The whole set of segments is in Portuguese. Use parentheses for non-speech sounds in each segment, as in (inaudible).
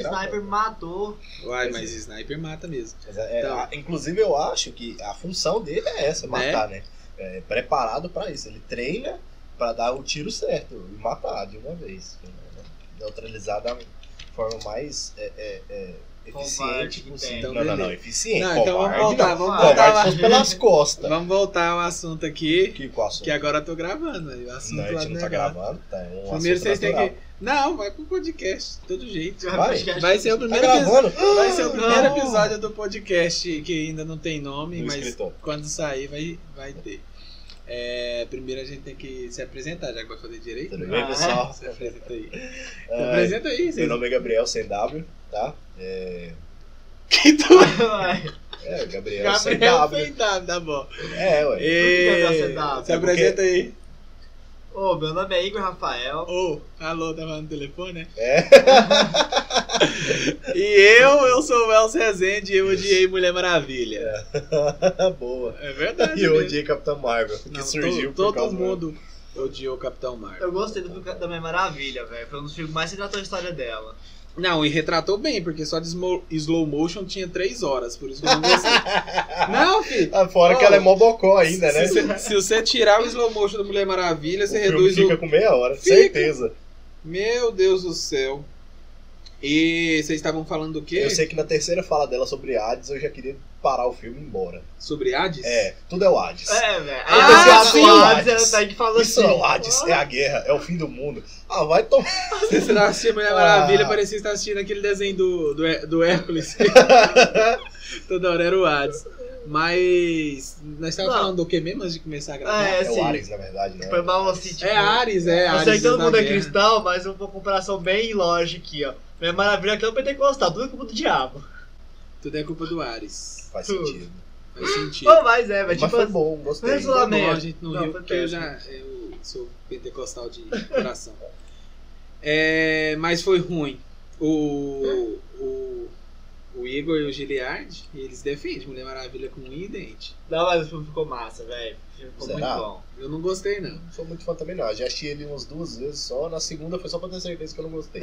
Sniper matou. Uai, mas sniper mata mesmo. Mas é- é- Então. a- inclusive, eu acho que a função dele é essa, matar, né? É preparado pra isso. Ele treina pra dar o tiro certo e matar de uma vez. né? Neutralizar da forma mais é, é, é, Covarde eficiente que possível. tem. não, não, não. Então, Beleza. Eficiente. Não, então vamos covarde, voltar, não. vamos Covarde, voltar Covarde lá. se fosse pelas costas. Vamos voltar ao assunto aqui, Aqui com o assunto. que agora eu tô gravando. aí, O assunto Não, a lá gente do não tá negócio. gravando, tá? É um Primeiro assunto vocês têm natural. que. Não, vai pro podcast, de todo jeito. Vai. Vai ser o Tá primeiro episódio. gravando? Vai ser o primeiro Não. episódio do podcast que ainda não tem nome, Do mas escritor. quando sair vai, vai ter. É, primeiro a gente tem que se apresentar, já que vai fazer direito. Tudo né? bem, Ah, pessoal? Se apresenta aí. Se Ai, apresenta aí, Meu vocês. nome é Gabriel sem W, tá? É, (laughs) Que tu- (laughs) é Gabriel sem Gabriel W. sem W, tá bom. É, ué. E... Gabriel sem tá assim? W? Se apresenta aí. Ô, meu nome é Igor Rafael. Ô, alô, tava no telefone, né? É. (laughs) E eu, eu sou o Elcio Rezende e eu odiei Mulher Maravilha. (laughs) Boa. É verdade. E mesmo. hoje é Capitão Marvel, que Não, surgiu to- por Todo causa mundo odiou o Capitão Marvel. Eu gostei do filme da Mulher Maravilha, velho. Foi um dos filmes que mais retratou a história dela. Não, e retratou bem, porque só de smo- slow motion tinha 3 horas, por isso que eu não (laughs) gostei. não, filho. Ah, fora que Oh, ela é mobocó ainda, né? Se, você- se você tirar o slow motion da Mulher Maravilha, o você filme reduz fica o. com meia hora, Fica. certeza. Meu Deus do céu. E vocês estavam falando o quê? Eu sei que na terceira fala dela sobre Hades, eu já queria parar o filme e ir embora. Sobre Hades? É, tudo é o Hades. É, velho. Ah, Aí ela sim. ela tá aqui falando Isso é assim. o Hades, Ah. é a guerra, é o fim do mundo. Ah, vai (laughs) tomar. Você está assistindo Mulher Ah. Maravilha, parecia estar assistindo aquele desenho do, do, Hé- do Hércules. (laughs) É Toda hora era o Hades. Mas. Nós estávamos Não. falando do que mesmo antes de começar a gravar? É, É, o sim. Ares, na verdade, né? Foi mal assim, tipo. Assim, É Ares, é Eu Ares. sei que todo da mundo é guerra. cristão, mas uma comparação bem lógica aqui, ó. Mulher Maravilha é que é o pentecostal, tudo é culpa do diabo. Tudo é culpa do Ares. Faz sentido. Faz sentido. Pô, mas é, velho. Mas Tipo, foi assim, bom, gostei. Mas lá- Tá bom, merda. a gente não, Não, riu, foi porque eu já eu sou pentecostal de coração. É, mas foi ruim. O, o, o Igor e o Giliard, eles defendem Mulher Maravilha com um dente. não, mas o filme ficou massa, velho. Ficou Será? muito bom. Eu não gostei, não. Não sou muito fã também, não. Eu já assisti ele umas duas vezes só. Na segunda foi só pra ter certeza que eu não gostei.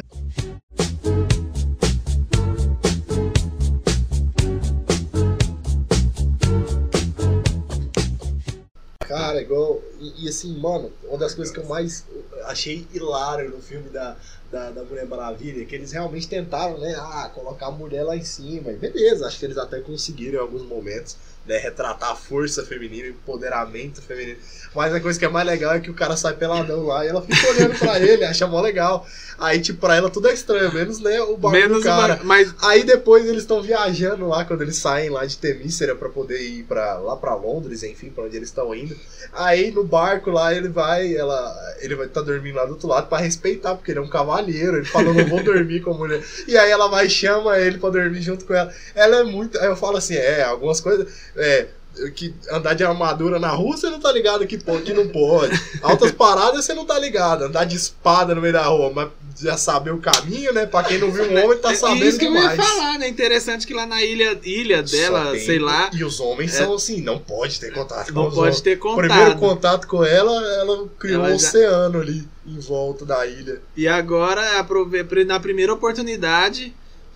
Cara, igual. E, e assim, mano, uma das coisas que eu mais achei hilário no filme da, da, da Mulher Maravilha é que eles realmente tentaram, né? Ah, colocar a mulher lá em cima. E beleza, acho que eles até conseguiram em alguns momentos, né? Retratar a força feminina, o empoderamento feminino. Mas a coisa que é mais legal é que o cara sai peladão lá e ela fica olhando (laughs) pra ele, acha mó legal. Aí, tipo, pra ela tudo é estranho, menos, né, o bagulho do cara. uma- mas Aí depois eles estão viajando lá, quando eles saem lá de Temícera pra poder ir pra, lá pra Londres, enfim, pra onde eles estão indo. Aí no barco lá ele vai, ela, ele vai estar dormindo lá do outro lado pra respeitar, porque ele é um cavalheiro. Ele falou, não vou dormir com a mulher. E aí ela vai e chama ele pra dormir junto com ela. Ela é muito. Aí eu falo assim, é, algumas coisas. É, que andar de armadura na rua você não tá ligado que, pô, que não pode. Altas paradas você não tá ligado. Andar de espada no meio da rua, mas já saber o caminho, né? Pra quem não viu um homem, tá sabendo É isso que eu ia demais. falar, né? Interessante que lá na ilha, ilha Só dela, tem- sei lá, E os homens É. são assim, não pode ter contato com não os pode homens. ter O contato. Primeiro contato com ela, ela criou Ela um já- oceano ali em volta da ilha. (laughs) E agora, aprove- pre- na primeira oportunidade.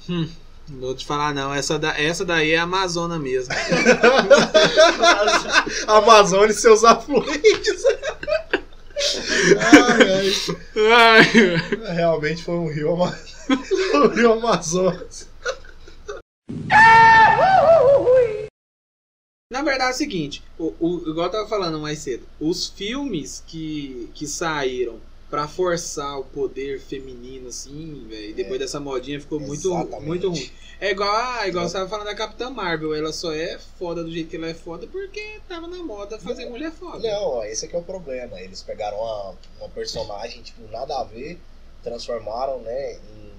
Hum, não vou te falar, não. Essa, da- essa daí é a (laughs) Amazona mesmo. Amazônia e seus afluentes. Ai, Ai, ai, realmente foi um rio, ama... (laughs) um rio Amazonas. na verdade é o seguinte: o, o- igual eu tava falando mais cedo, os filmes que, que saíram pra forçar o poder feminino, assim, velho, e depois dessa modinha ficou muito, É. Exatamente. muito ruim. É igual, ah, igual você tava falando da Capitã Marvel, ela só é foda do jeito que ela é foda porque tava na moda fazer mulher foda. Não, ó, esse aqui é o problema. Eles pegaram uma, uma personagem, tipo, nada a ver, transformaram, né, em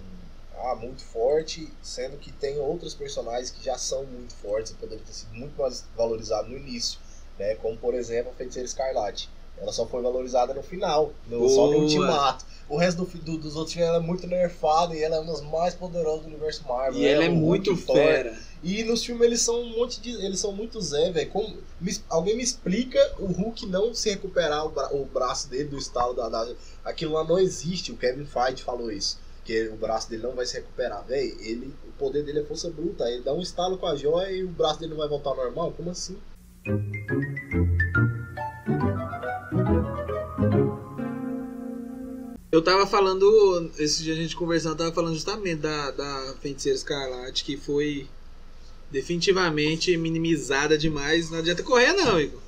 ah, muito forte, sendo que tem outros personagens que já são muito fortes e poderiam ter sido muito mais valorizados no início, né? Como por exemplo a Feiticeira Escarlate. Ela só foi valorizada no final, no, só no Boa. ultimato. O resto do fi- do- dos outros filmes ela é muito nerfada e ela é uma das mais poderosas do universo Marvel. E ela é muito forte. fera. E nos filmes eles são um monte de. Eles são muito Zé, velho. Como- me- Alguém me explica o Hulk não se recuperar o, bra- o braço dele do estalo da, da. Aquilo lá não existe. O Kevin Feige falou isso. Porque o braço dele não vai se recuperar, velho. Ele, o poder dele é força bruta. Ele dá um estalo com a joia e o braço dele não vai voltar ao normal? Como assim? Eu tava falando, esse dia a gente conversando, eu tava falando justamente da, da Feiticeira Escarlate, que foi definitivamente minimizada demais. Não adianta correr, não, Igor.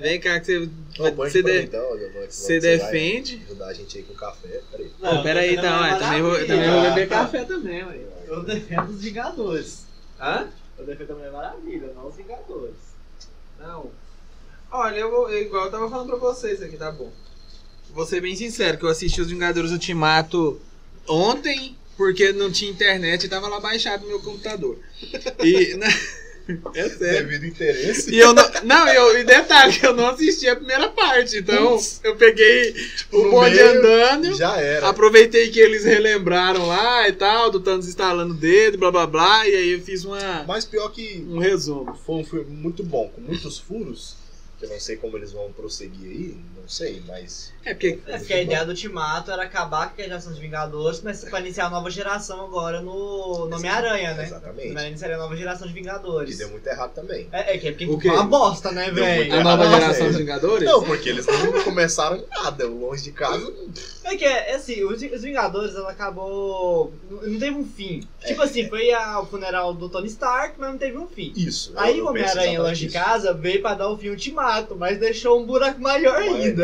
Vem cá que você, Ô, põe aqui você pra de- mim, então, Giovanni, que você vai defende. Ajudar a gente aí com café. Peraí. Pô, pera aí, então, ué, também vou, também vou Ah, beber tá. café também, ué. Eu defendo os Vingadores. Hã? Eu defendo a Mulher é Maravilha, não os Vingadores. Não. Olha, eu, vou- eu- igual eu tava falando pra vocês aqui, tá bom. Vou ser bem sincero, que eu assisti os Vingadores Ultimato ontem, porque não tinha internet e tava lá baixado no meu computador. E. (laughs) é sério. Devido interesse. E eu não. Não, eu, e detalhe, eu não assisti a primeira parte. Então, eu peguei o Tipo, No bonde meio, andando. Já era. Aproveitei que eles relembraram lá e tal, do Thanos instalando o dedo, blá blá blá, e aí eu fiz uma, Mas pior que um resumo. foi um filme muito bom, com muitos furos. Que eu não sei como eles vão prosseguir aí, não sei, mas. É porque. É porque a ideia do Ultimato era acabar com a geração dos Vingadores, mas pra iniciar a nova geração agora no no Homem-Aranha, é, né? Exatamente. Vai iniciar a nova geração de Que Vingadores. deu muito errado também. É, é que é porque O quê? ficou uma bosta, né, Deu velho? muito A nova Nossa, geração é. dos Vingadores? Não, porque eles não começaram nada, o longe de casa. É que, é, assim, os os Vingadores, ela acabou... Não não teve um fim. É, Tipo assim, foi a- o funeral do Tony Stark, mas não teve um fim. Isso. né? eu- Aí eu o penso Homem-Aranha exatamente longe de isso. casa veio pra dar o fim ultimato, mas deixou um buraco maior Maior. ainda.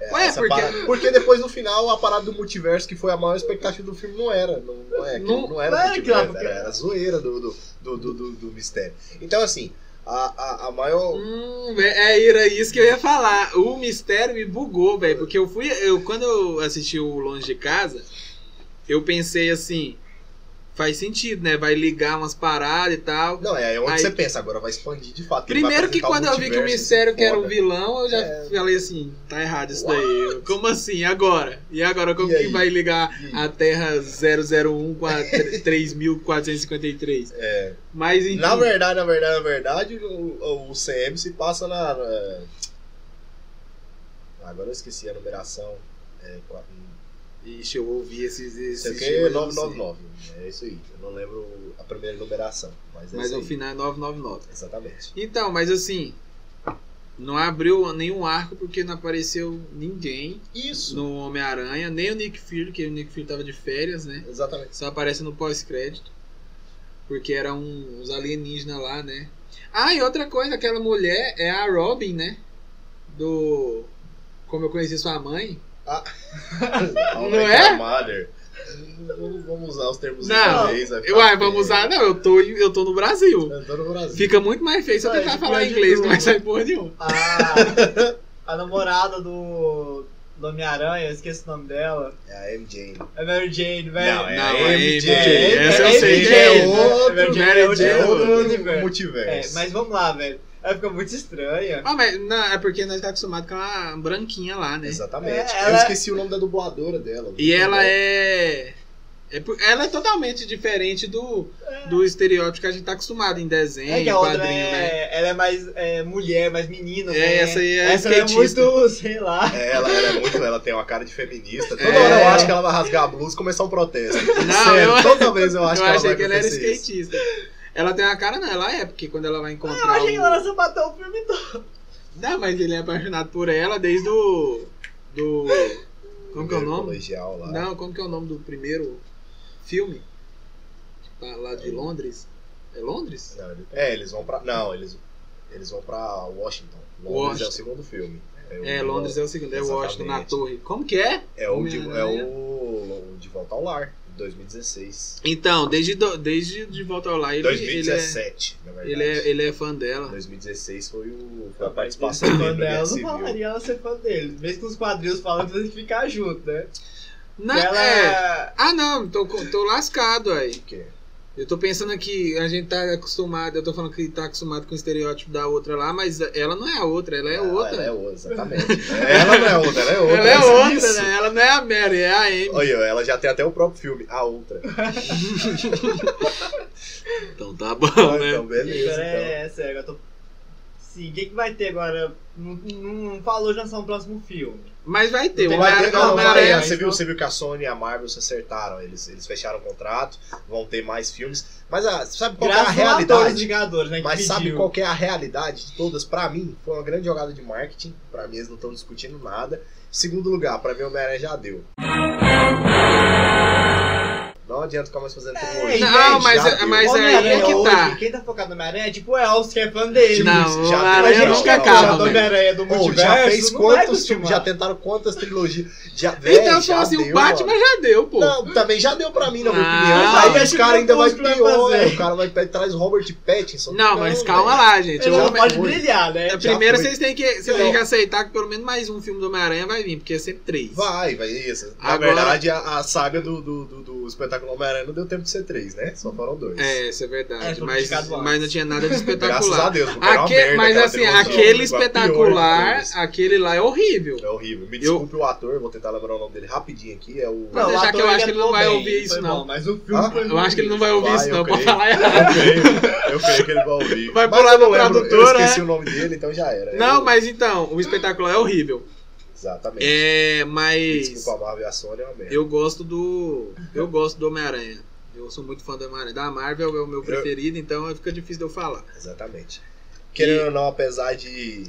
É, Ué, essa porque- parada- porque depois no final a parada do multiverso, que foi a maior expectativa do filme, não era. Não, não é, aquilo, Não- não, era não era multiverso, aquilo, era, era a zoeira do, do, do, do, do- do mistério. Então, assim, a, a, a maior. Hum, vé- é, era isso que eu ia falar. O mistério me bugou, velho. Porque eu fui. Eu, quando eu assisti o Longe de Casa, eu pensei assim. Faz sentido, né? Vai ligar umas paradas e tal. Não, é onde Aí- você pensa, agora vai expandir de fato. ele vai Primeiro que apresentar um quando eu vi que o multiverso, assim mistério que era um foda. É. vilão, eu já falei assim, tá errado isso daí. Eu, Como assim? E Agora? E agora? Como E que aí? vai ligar E- a Terra 001 com a (laughs) tre- 3453? É. Mas enfim. Na verdade, na verdade, na verdade, o, o- o CM se passa na. na- Agora eu esqueci a numeração. É, quatro- Ixi, eu ouvi esses. esses sei o filmes, que, eu não sei. 999. É isso aí. Eu não lembro a primeira numeração. Mas, é Mas isso o aí. final é 999. Exatamente. Então, mas assim, não abriu nenhum arco porque não apareceu ninguém Isso. no Homem-Aranha, nem o Nick Fury, que o Nick Fury tava de férias, né? Exatamente. Só aparece no pós-crédito. Porque eram uns alienígenas lá, né? Ah, e outra coisa, aquela mulher é a Robin, né? Do. Como eu conheci sua mãe. How I (laughs) Não Met é? Your Mother. Vamos, vamos usar os termos Não. inglês. vai ficar Uai, feio. ah, vamos usar. Não, eu tô, eu tô no Brasil. Eu tô no Brasil. Fica muito mais feio se eu Ué, tentar de falar grande inglês, não vai dúvida. sair porra nenhuma. A, a namorada do, do Homem-Aranha, eu esqueci o nome dela. É a MJ. né? É Mary Jane, Não, velho. é Não, a é MJ. MJ, essa eu é sei, MJ, é é outro, outro, Mary Mary Jane é é outro outro universo. multiverso. É, mas vamos lá, velho. Ela fica muito estranha. Ah, mas não, é porque nós tá acostumado com uma branquinha lá, né? Exatamente. É, ela- Eu esqueci o nome da dubladora dela. né? E ela é... é por- Ela é totalmente diferente do, do estereótipo que a gente tá acostumado em desenho, É que em a outra quadrinho, né? é, ela é mais é, mulher, mais menina. É, né? essa aí é Essa é skatista. muito, sei lá. É, Ela, ela é muito, ela tem uma cara de feminista. Toda É. hora eu acho que ela vai rasgar a blusa e começar um protesto. Não, Sério, eu- toda vez eu acho eu que ela achei vai que ela era acontecer isso. skatista. Ela tem uma cara, não, ela é, porque quando ela vai encontrar. Ah, Eu achei que o- ela era sapatão o filme todo. Não, mas ele é apaixonado por ela desde o. Do. Como que é o Primeiro nome? colegial lá. Não, como que é o nome do primeiro filme? Lá- Lá de Londres. É Londres? Não, ele- É, eles vão pra. Não, eles, eles vão pra Washington. Londres Washington. é o segundo filme. o- É, Londres é o segundo, é Washington na Exatamente. torre. Como que é? É o, de, é Homem-Aranha. né? o De Volta ao Lar, de 2016. Então, desde, do- desde De Volta ao Lar, ele, ele, é, 2017, na verdade. ele, é, ele é fã dela. 2016 foi, o, foi a participação dele Fã no Guerra dela, não Civil. falaria ela ser fã dele. Mesmo que os quadrinhos falam que tem que ficar junto, né? Não, ela é. Ah, não, tô, co- tô lascado aí. O quê? Eu tô pensando que a gente tá acostumado, eu tô falando que tá acostumado com o estereótipo da outra lá, mas ela não é a outra, ela é Ah, outra. Ela é outra, (laughs) exatamente. ela não é outra, ela é outra. Ela é isso. outra, né? Ela não é a Mary, é a Amy. Olha, ela já tem até o próprio filme, a outra. Então tá bom, então, beleza. Agora Então. é, é sério, eu tô. Sim, o que, que vai ter agora? Não, não falou já são o próximo filme. Mas vai Não ter. O tem- Vai Homem-Aranha- ter, não, não, Homem-Aranha- vai né? ter. Aranha, você, viu, então. você viu que a Sony e a Marvel se acertaram, eles, eles fecharam o contrato, vão ter mais filmes. Mas a- sabe qual que é a Graças a todos os realidade? Vingadores, né? que Mas sabe pediu. qual que é a realidade de todas? Pra mim, foi uma grande jogada de marketing. Pra mim, eles não estão discutindo nada. Segundo lugar, pra mim, o Homem-Aranha já deu. Não adianta ficar mais fazendo É, trilogia. Não, gente, mas, já deu. mas é aí Homem-Aranha que tá. hoje, Quem tá focado no Homem-Aranha é tipo o Elvis, que é fã dele. Tipo, Não, já o deu, Homem-Aranha já nunca Cara, deu. acaba, né? do velho. Homem-Aranha do Ou multiverso. já fez não vai quantos filmes? acostumar. Já tentaram quantas trilogias? Já, véi, Então, É, já só assim, deu, o Batman mano. já deu, pô. Não, também já deu pra mim, na minha Ah, opinião. mas Aí os acho caras que ainda vai Crepúsculo vai pior. né? fazer. O cara vai pe- traz Robert Pattinson. Não, mas calma velho. lá, gente. Ele O não Homem- pode foi. brilhar, né? Já É, Primeiro foi. vocês têm que, vocês Não. têm que aceitar que pelo menos mais um filme do Homem-Aranha vai vir, porque é sempre três. Vai, vai, é isso. Na Agora- verdade, a, a saga do, do, do, do espetáculo Homem-Aranha não deu tempo de ser três, né? Só foram dois. É, isso é verdade. É, foi mas, indicado lá. mas não (laughs) tinha nada de Graças a espetacular. Deus. porque era uma Aque- merda mas aquela assim, trilogia, aquele foi a pior um de espetacular, todas. aquele lá é horrível. É horrível. Me Eu- desculpe o ator, vou tentar lembrar o nome dele rapidinho aqui. É o. Não, o deixar ator, que eu acho que ele não atuou vai bem, ouvir ele isso, foi não. bom, Mas o filme Ah? foi Eu acho que ele não vai ouvir Vai, isso, eu não. Pode creio. falar errado. Eu (laughs) creio, eu creio que ele vai ouvir. Vai Mas pular eu não no lembro, tradutor, Eu esqueci né? o nome dele, então já era. Não, Eu- mas então, o espetacular é horrível. Exatamente. É, mas Desculpa, a Marvel e a Sony é uma merda. eu gosto do. Eu gosto do Homem-Aranha. Eu sou muito fã do Homem-Aranha. Da Marvel é o meu preferido, então fica difícil de eu falar. Exatamente. Querendo ou não, apesar de,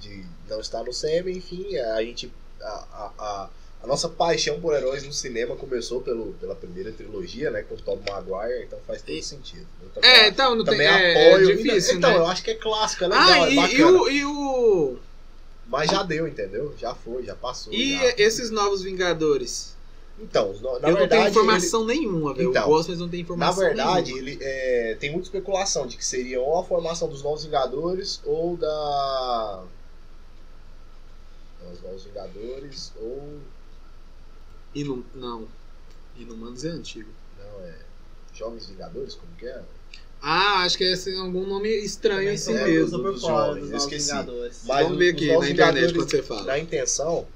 de não estar no cinema, enfim, a gente. A, a, a, a nossa paixão por heróis no cinema começou pelo, pela primeira trilogia, né? Com o Tom Maguire, então faz todo E- sentido. Eu também, É, então, não tem. também É, é apoio. difícil. então, né? eu acho que é clássico, é legal, Ah, é e, bacana. e o, e o- Mas já deu, entendeu? Já foi, já passou. e já. esses novos Vingadores? Então, na na eu não verdade. tenho ele- informação nenhuma, velho. Então, eu gosto, mas não Na tenho informação verdade, nenhuma. ele é, tem muita especulação de que seria ou a formação dos Novos Vingadores ou da. Não, Os Novos Vingadores ou. Inum... Não. Inumanos é antigo. Não, é. Jovens Vingadores? Como que é? Ah, acho que é assim, algum nome estranho assim é, mesmo. dos Super fora dos jovens, eu Novos esqueci. Vingadores. Mas Vamos o- ver os aqui Novos na internet Vingadores- quando você fala. Na intenção.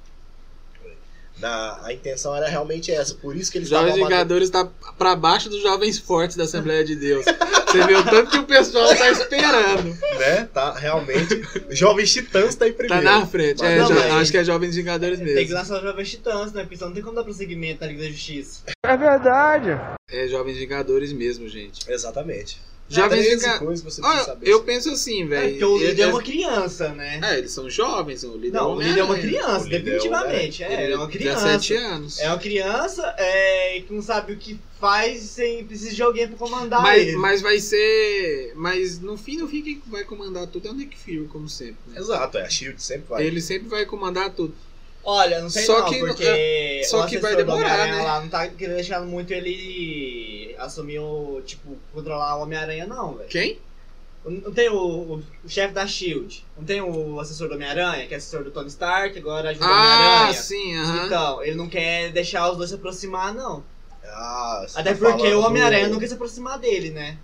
Na, a intenção era realmente essa. Por isso que eles Jovens estavam amadure- Vingadores tá pra baixo dos jovens fortes da Assembleia de Deus. Você vê o tanto que o pessoal tá esperando. né? Tá, (laughs) realmente. Jovens Titãs tá em Tá primeiro. na frente. É, Mas não, jo- mas- acho que é Jovens Vingadores Tem que mesmo. lançar os Jovens Titãs, né? Porque senão não tem como dar prosseguimento na Liga da Justiça. É Jovens Vingadores mesmo, gente. Exatamente. Jovens 13 Vingadores. coisas que você precisa Olha, saber. eu penso assim, É, velho. porque o Eu- líder é eu- uma criança, né? É, eles são jovens, o um líder Não, o líder é uma criança, O líder é o definitivamente. É, é uma criança. 17 né? anos. É uma criança é, que não sabe o que faz sem precisa de alguém pra comandar mas, ele. mas vai ser. Mas no fim, no fim, quem vai comandar tudo é o Nick Fury, como sempre. né? Exato, é. A Shield sempre vai. Ele sempre vai comandar tudo. Olha, não sei Só não, que não- porque só o que assessor vai do demorar, Homem-Aranha né? lá não tá querendo deixar muito ele assumir o, tipo, controlar o Homem-Aranha não, velho. Quem? Não tem o, o- o chefe da SHIELD, não tem o assessor do Homem-Aranha, que é assessor do Tony Stark, agora ajuda o Ah, Homem-Aranha. sim, aham. Então, ele não quer deixar os dois se aproximar, não. Ah, você Até tá porque falando o Homem-Aranha do- não quer se aproximar dele, né?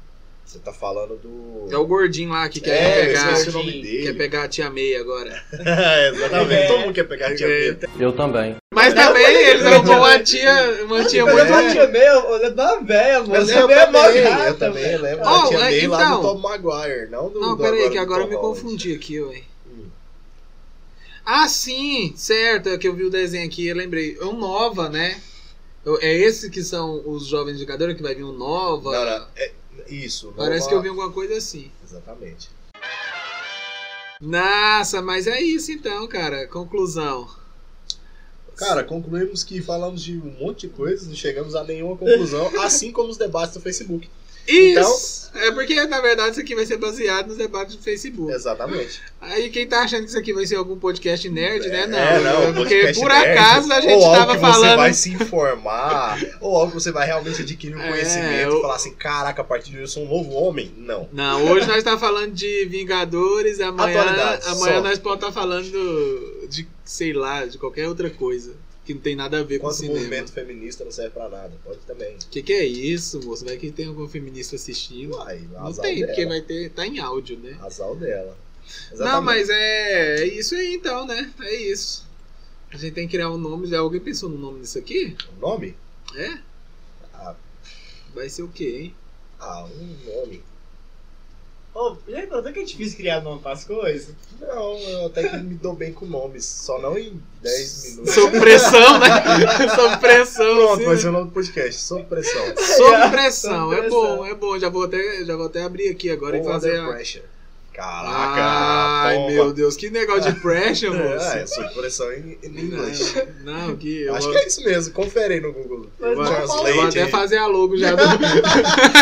Você tá falando do. É o gordinho lá que quer É, eu pegar. esqueci o Jim, nome Quer dele. pegar a tia (laughs) meia agora. (laughs) Exatamente. É. Todo mundo quer pegar a tia É. Beta. Eu também. Mas também eles arrumam uma tia, uma tia Mas Mas eu eu tô muito. tia tia meio, olha da velha, mano. eu, também, eu também lembro da Oh, tia é, May lá então. do Tom Maguire, não do. Não, do peraí, que do agora eu Tom me Holland. confundi aqui, ué. tá Hum. Ah, sim, certo, é que eu vi o desenho aqui, eu lembrei. É um Nova, né? Eu- É esse que são os jovens jogadores que vai vir um Nova. Não, não, é- isso. Parece Nova- que eu vi alguma coisa assim. Exatamente. Nossa, mas é isso então, cara. Conclusão. Cara, concluímos que falamos de um monte de coisas, não chegamos a nenhuma (laughs) conclusão, assim como os debates do Facebook. Então? Isso! É porque, na verdade, isso aqui vai ser baseado nos debates do Facebook. Exatamente. Aí quem tá achando que isso aqui vai ser algum podcast nerd, né? Não. É, não, porque podcast por nerd, acaso a gente ou algo tava que você falando. vai se informar, ou algo que você vai realmente adquirir um É, conhecimento eu- e falar assim, caraca, a partir de hoje eu sou um novo homem. Não. Não, hoje nós tá falando de Vingadores, amanhã, Atualidades, amanhã só. nós podemos estar falando de, sei lá, de qualquer outra coisa. Que não tem nada a ver com o Enquanto o cinema. movimento feminista não serve pra nada, pode também. Que que é isso, moço? Vai que tem algum feminista assistindo. Vai, Não azar tem, dela. porque vai ter. Tá em áudio, né? Azar dela. Não, Exatamente. mas é, é isso aí então, né? É isso. A gente tem que criar um nome. Já alguém pensou no nome disso aqui? O nome? É? Ah. Vai ser o quê, hein? Ah, um nome. Ô, já notou que é difícil criar nome para as coisas? Não, eu até que me dou bem com nomes, só não em 10 minutos. Sob pressão, né? (laughs) Sob pressão. Pronto, assim, vai né? ser o nome do podcast, sob pressão. (laughs) Sob pressão, é pressão. bom, é bom. Já vou até, já vou até abrir aqui agora e Ou fazer under a... pressure. Ai, Caraca! meu Deus, que negócio (laughs) de pressure, moço. É, é, sob pressão em, em inglês. (laughs) Não, não, que eu Acho vou, que é isso mesmo, confere aí no Google. Mas vou- não Charles fala- eu vou Lady até aí. fazer a (laughs) logo já. do-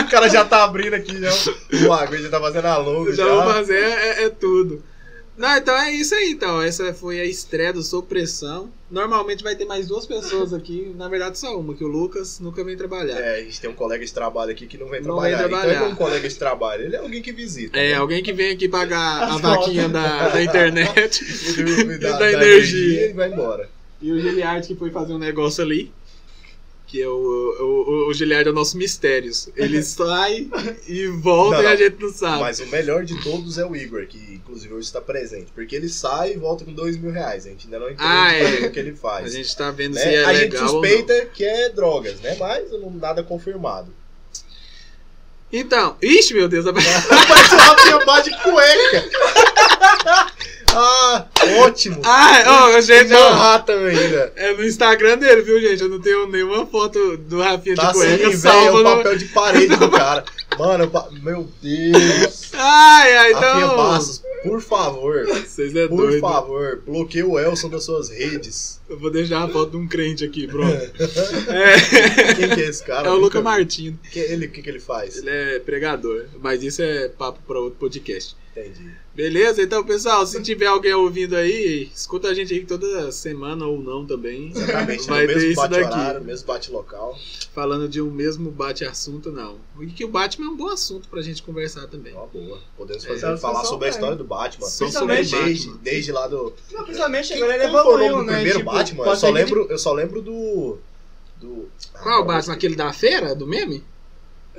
O cara já tá abrindo aqui, já. (laughs) O Agui já tá fazendo a logo Eu já. já vou fazer é, é tudo. Não, então é isso aí, então. Essa foi a estreia do Sopressão. Normalmente vai ter mais duas pessoas aqui, na verdade só uma, que o Lucas nunca vem trabalhar. É, a gente tem um colega de trabalho aqui que não vem Não trabalhar. vem Então ele trabalhar. é um colega de trabalho, ele é alguém que visita. É, alguém que vem aqui pagar a As vaquinha contas. da, da internet. Ele dá energia. e vai embora. E o Giliard que foi fazer um negócio ali. Que é o, o, o, o Giliard é o nosso mistérios. (laughs) Ele sai e volta Não, e a não. gente não sabe. Mas o melhor de todos é o Igor, que inclusive hoje está presente. Porque ele sai e volta com dois mil reais. A gente ainda não entende Ah, é. o que ele A faz. gente tá vendo né? se é a gente legal ou não. suspeita que é drogas, né? Mas não nada confirmado. Então, ixi, meu (laughs) Deus, a- Mas o Rafinha bate cueca. (laughs) ah, ótimo. (laughs) Ah, ó, gente, Uma ó, rata ainda. é no Instagram dele, viu, gente? Eu não tenho nenhuma foto do Rafinha Tá de assim, cueca velho, é salva né? o no... papel de parede do cara. Mano, eu pa- meu Deus. Ai, ai, Rafinha então... Bastos, por favor, Vocês é por doido. favor, bloqueia o Elson das suas redes. Eu vou deixar a foto de um crente aqui, pronto. (laughs) É, Quem que é esse cara? é o Luca Nunca- Martino. Que- ele, o que, que ele faz? Ele é pregador, mas isso é papo pra outro podcast. Entendi. Beleza? Então, pessoal, se tiver alguém ouvindo aí, escuta a gente aí toda semana ou não também. Exatamente. Tá Vai no ter mesmo isso daqui. bate-horário, mesmo bate-local. Falando de um mesmo bate-assunto, não. E que o Batman é um bom assunto pra gente conversar também. Uma boa. Podemos É, fazer, então, falar só sobre vai. a história do Batman. Só sobre sobre desde, Batman. desde lá do. Não, principalmente Quem- agora ele qual foi o nome evoluiu, do né? primeiro Tipo, Batman? Eu pode só, ser que lembro, eu só lembro do. do Ah, Qual é o agora eu Batman? Aquele da feira, do meme?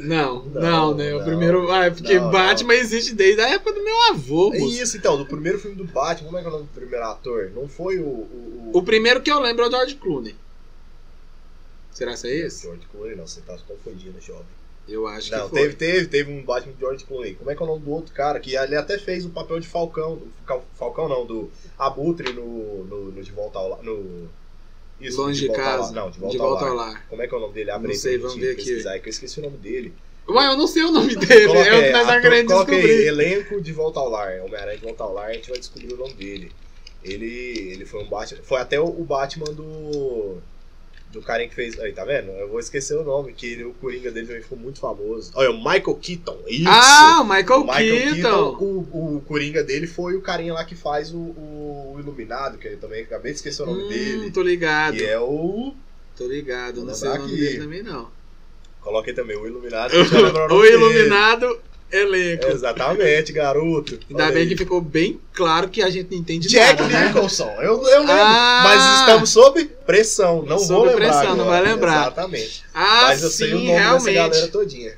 Não, Não, não, né? O não, primeiro. Ah, é porque não, Batman existe desde a época do meu avô. É moço. isso então, do primeiro filme do Batman, como é que é o nome do primeiro ator? Não foi o. O, O primeiro que eu lembro é o George Clooney. Será que é esse? George Clooney, não, você tá se confundindo, jovem. Eu acho não, que foi. teve, teve, teve um Batman do George Clooney. Como é que é o nome do outro cara? Que ele até fez o papel de Falcão. do Fal- Falcão não, do Abutre no, no, no De Volta ao Lar. No, Longe de Volta ao Lar. Casa. Não, de volta, De volta ao ao Lar. lar. Como é que é o nome dele? Abre Não aí sei, pra vamos gente ver aqui. pesquisar, é que eu esqueci o nome dele. Ué, eu não sei o nome dele. é o que nós ator- tá querendo coloca aí, descobrir. elenco de Volta ao Lar. Homem-Aranha de Volta ao Lar, a gente vai descobrir o nome dele. Ele, ele foi um Batman. Foi até o, o Batman do. Do cara que fez. Aí, tá vendo? Eu vou esquecer o nome, que ele- o Coringa dele também ficou muito famoso. Olha, o Michael Keaton. Isso! Ah, o Michael, O Michael Keaton. o, o Coringa dele foi o carinha lá que faz o, o Iluminado, que eu também acabei de esquecer o nome Hum, dele. Tô ligado. Que é o. Tô ligado. Não Vou sei o lembrar nome aqui. dele também, não. Coloquei também o (laughs) Iluminado. que eu já lembro o nome dele. Iluminado Elenco. Exatamente, garoto. Ainda Olha bem aí. que ficou bem claro que a gente não entende Jack nada, né? Nicholson. Eu, eu lembro. Ah! Mas estamos sob pressão. Não vou Sob lembrar. pressão, não agora. vai lembrar. Exatamente. Ah, mas eu sim, sei o nome dessa galera realmente. todinha.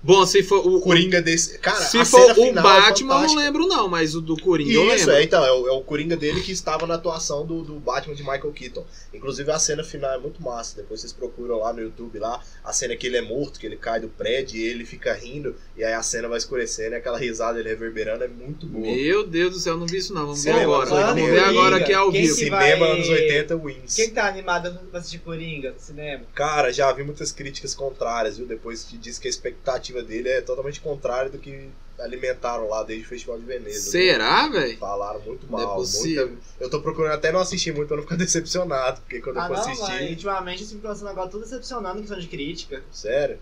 Bom, se for o, O Coringa desse. Cara, se a for cena o final é Batman, eu não fantástica. lembro não, mas o do Coringa eu Isso, lembro. é, então, é o, é o Coringa dele que estava na atuação do, do Batman de Michael Keaton. Inclusive a cena final é muito massa. Depois vocês procuram lá no YouTube lá, a cena que ele é morto, que ele cai do prédio e ele fica rindo, e aí a cena vai escurecendo, e aquela risada ele reverberando é muito boa. Meu Deus do céu, eu não vi isso não. Vamos ver Cinema agora. anos Vamos ver 80. agora aqui ao E Quem vivo. que cinema vai- anos 80 wins. Quem tá animado pra assistir Coringa no cinema? Cara, já vi muitas críticas contrárias, viu? Depois que diz que a expectativa dele é totalmente contrária do que alimentaram lá desde o Festival de Veneza. viu? Será, velho? Falaram muito Não é mal. possível. muita- Eu tô procurando até não assistir muito pra não ficar (laughs) decepcionado, porque quando eu Ah, for não, vai. assistir. Ultimamente eles ficam sendo agora tudo decepcionando em questão de crítica. Sério?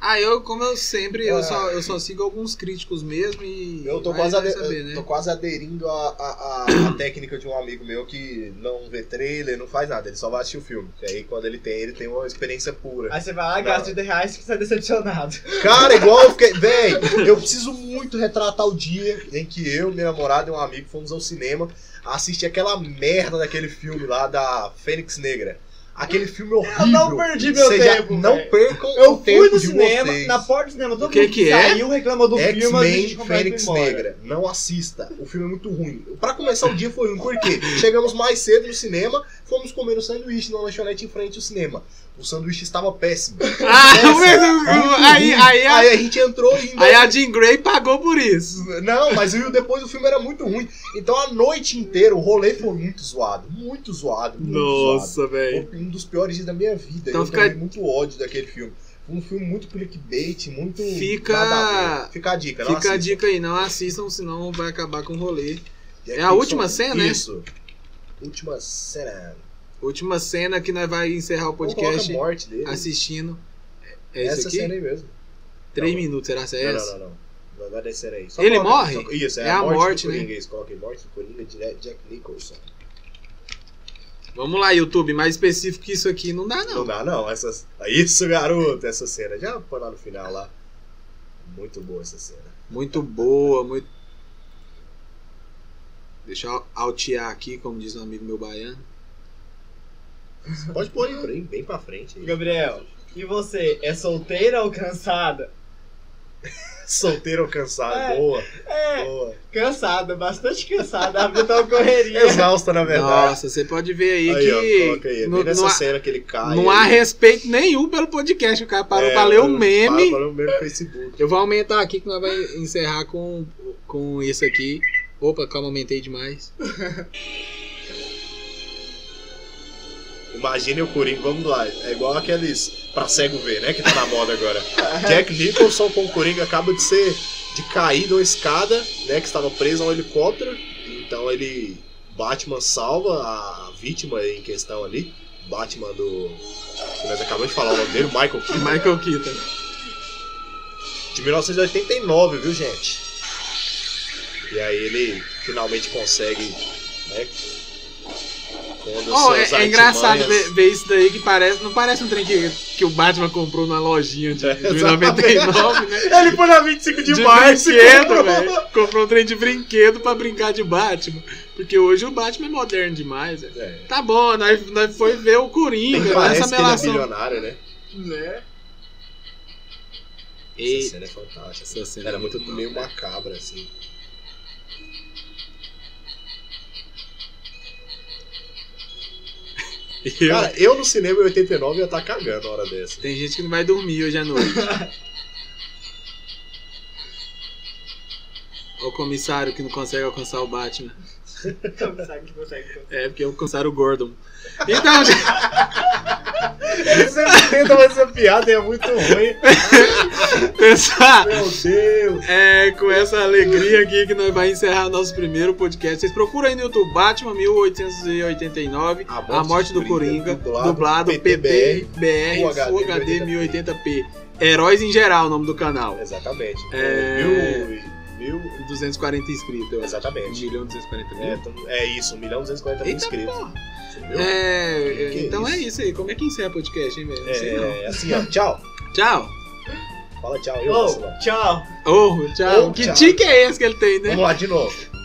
Ah, eu, como eu sempre, eu, Ah. só, eu só sigo alguns críticos mesmo e. Eu tô, vai- quase, vai ade- saber, eu né? tô quase aderindo à à- à- à técnica de um amigo meu que não vê trailer, não faz nada, ele só vai assistir o filme. E aí quando ele tem, ele tem uma experiência pura. Aí você vai lá, Não. gasta 80 reais e fica decepcionado. Cara, igual eu fiquei. Véi, eu preciso muito retratar o dia em que eu, minha namorada e um amigo fomos ao cinema assistir aquela merda daquele filme lá da Fênix Negra. Aquele filme horrível. (laughs) Eu não perdi meu Vocês já tempo, Não véi. percam Eu o tempo fui no de cinema, vocês. na porta do cinema, todo O que mundo que é? saiu, reclamou do filme, mas a gente X-Men comprou e foi Fênix embora. Negra. Não assista. O filme é muito ruim. Pra começar o dia foi ruim. Por quê? Chegamos mais cedo no cinema, fomos comer um sanduíche na lanchonete em frente ao cinema. O sanduíche estava péssimo. (laughs) Ah, mas- aí, aí, a- Aí a gente entrou e ainda aí a Jean Grey pagou por isso. Não, mas o- depois o filme era muito ruim. Então a noite inteira o rolê foi muito zoado. Muito zoado. Muito Nossa, velho. zoado. Foi um dos piores dias da minha vida. Então eu fica- tenho muito ódio daquele filme. Foi um filme muito clickbait, muito. Fica- nada a ver. Fica a dica, é não Fica a assista. dica aí, não assistam, senão vai acabar com o rolê. E É a aqui última são- cena, né? Isso. Última cena. Última cena que nós vai encerrar o Coloca podcast a morte dele. assistindo. É isso Essa aqui? cena aí mesmo. Três Não. minutos, será que é Não, essa? não, não, não. Vai- Vai descer aí. Ele coloca- morre? só- Isso, é, É a a morte, morte, do né? Coringa. Eles colocam morte do Coringa, dire- Jack Nicholson. Vamos lá, YouTube, mais específico que isso aqui não dá, Não não. dá, não. Essas... Isso, garoto, essa cena. Já foi lá no final lá. Muito boa essa cena. Muito boa, muito. Deixa eu altear aqui, como diz um amigo meu baiano. Você Pode pôr aí, bem, bem pra frente. aí. Gabriel, e você? É solteira ou cansada? Solteiro ou cansado. É. Boa, É, boa. cansada, bastante cansada. A vida tá uma correria. Exausta, na É verdade. Nossa, você pode ver aí, aí, que. ó, coloca aí. É não- bem nessa não há- cena que ele cai. não há ele- respeito nenhum pelo podcast. O cara parou É, pra ler o parou- Parou meme. pra ler o meme no Facebook. Eu vou aumentar aqui que nós vamos encerrar com, com isso aqui. Opa, calma, aumentei demais. Imagine o Coringa, vamos lá. É igual aqueles pra cego ver, né? Que tá na moda agora. Jack Nicholson com o Coringa acaba de ser. de cair de uma escada, né? Que estava preso a um helicóptero. Então ele. Batman salva a vítima em questão ali. Batman do. que Nós acabamos de falar o nome dele, Michael Keaton. Michael Keaton. De 1989, viu, gente? E aí ele finalmente consegue, né? Quando Oh, é, é engraçado ver, ver isso daí que parece. Não parece um trem que, que o Batman comprou na lojinha de, de exatamente. 99, né? Ele foi na 25 É, (laughs) de, De março e brinquedo, comprou. velho. Comprou um trem de brinquedo pra brincar de Batman. Porque hoje o Batman é moderno demais, velho. É. Tá bom, nós, nós foi ver o Coringa, Parece essa que ele é melação. bilionário, né? Né? Essa Ei, cena é fantástica. essa cena Era é muito muito meio top, né? macabra, assim. eu- Cara, eu no cinema em 89 ia estar cagando na hora (laughs) dessa. Tem gente que não vai dormir hoje à noite. o comissário que não consegue alcançar o Batman. Sabe que consegue. É, porque alcançaram o Gordon. Então, gente, Ele sempre tenta fazer essa piada e é muito ruim. pessoal, Meu Deus. é com essa alegria aqui que nós vamos encerrar nosso primeiro podcast. Vocês procuram aí no YouTube Batman 1889, A Morte, do Coringa, dublado, PTBR, PTBR, UHD, Full HD 1080p. Heróis em geral, o nome do canal. Exatamente. É. Mil, mil... 240 inscritos, eu acho. Exatamente. 1 milhão 240 mil. É, então, é isso, 1 milhão e 240 mil Eita, inscritos. porra. entendeu? É, Que então isso? é isso aí. Como é que encerra podcast, hein, velho? Não sei não. É, assim, ó. Tchau. Tchau. Fala tchau. Eu, Oh, vacilão. tchau. Oh, tchau. Oh, que tchau. tique é esse que ele tem, né? Vamos lá, de novo.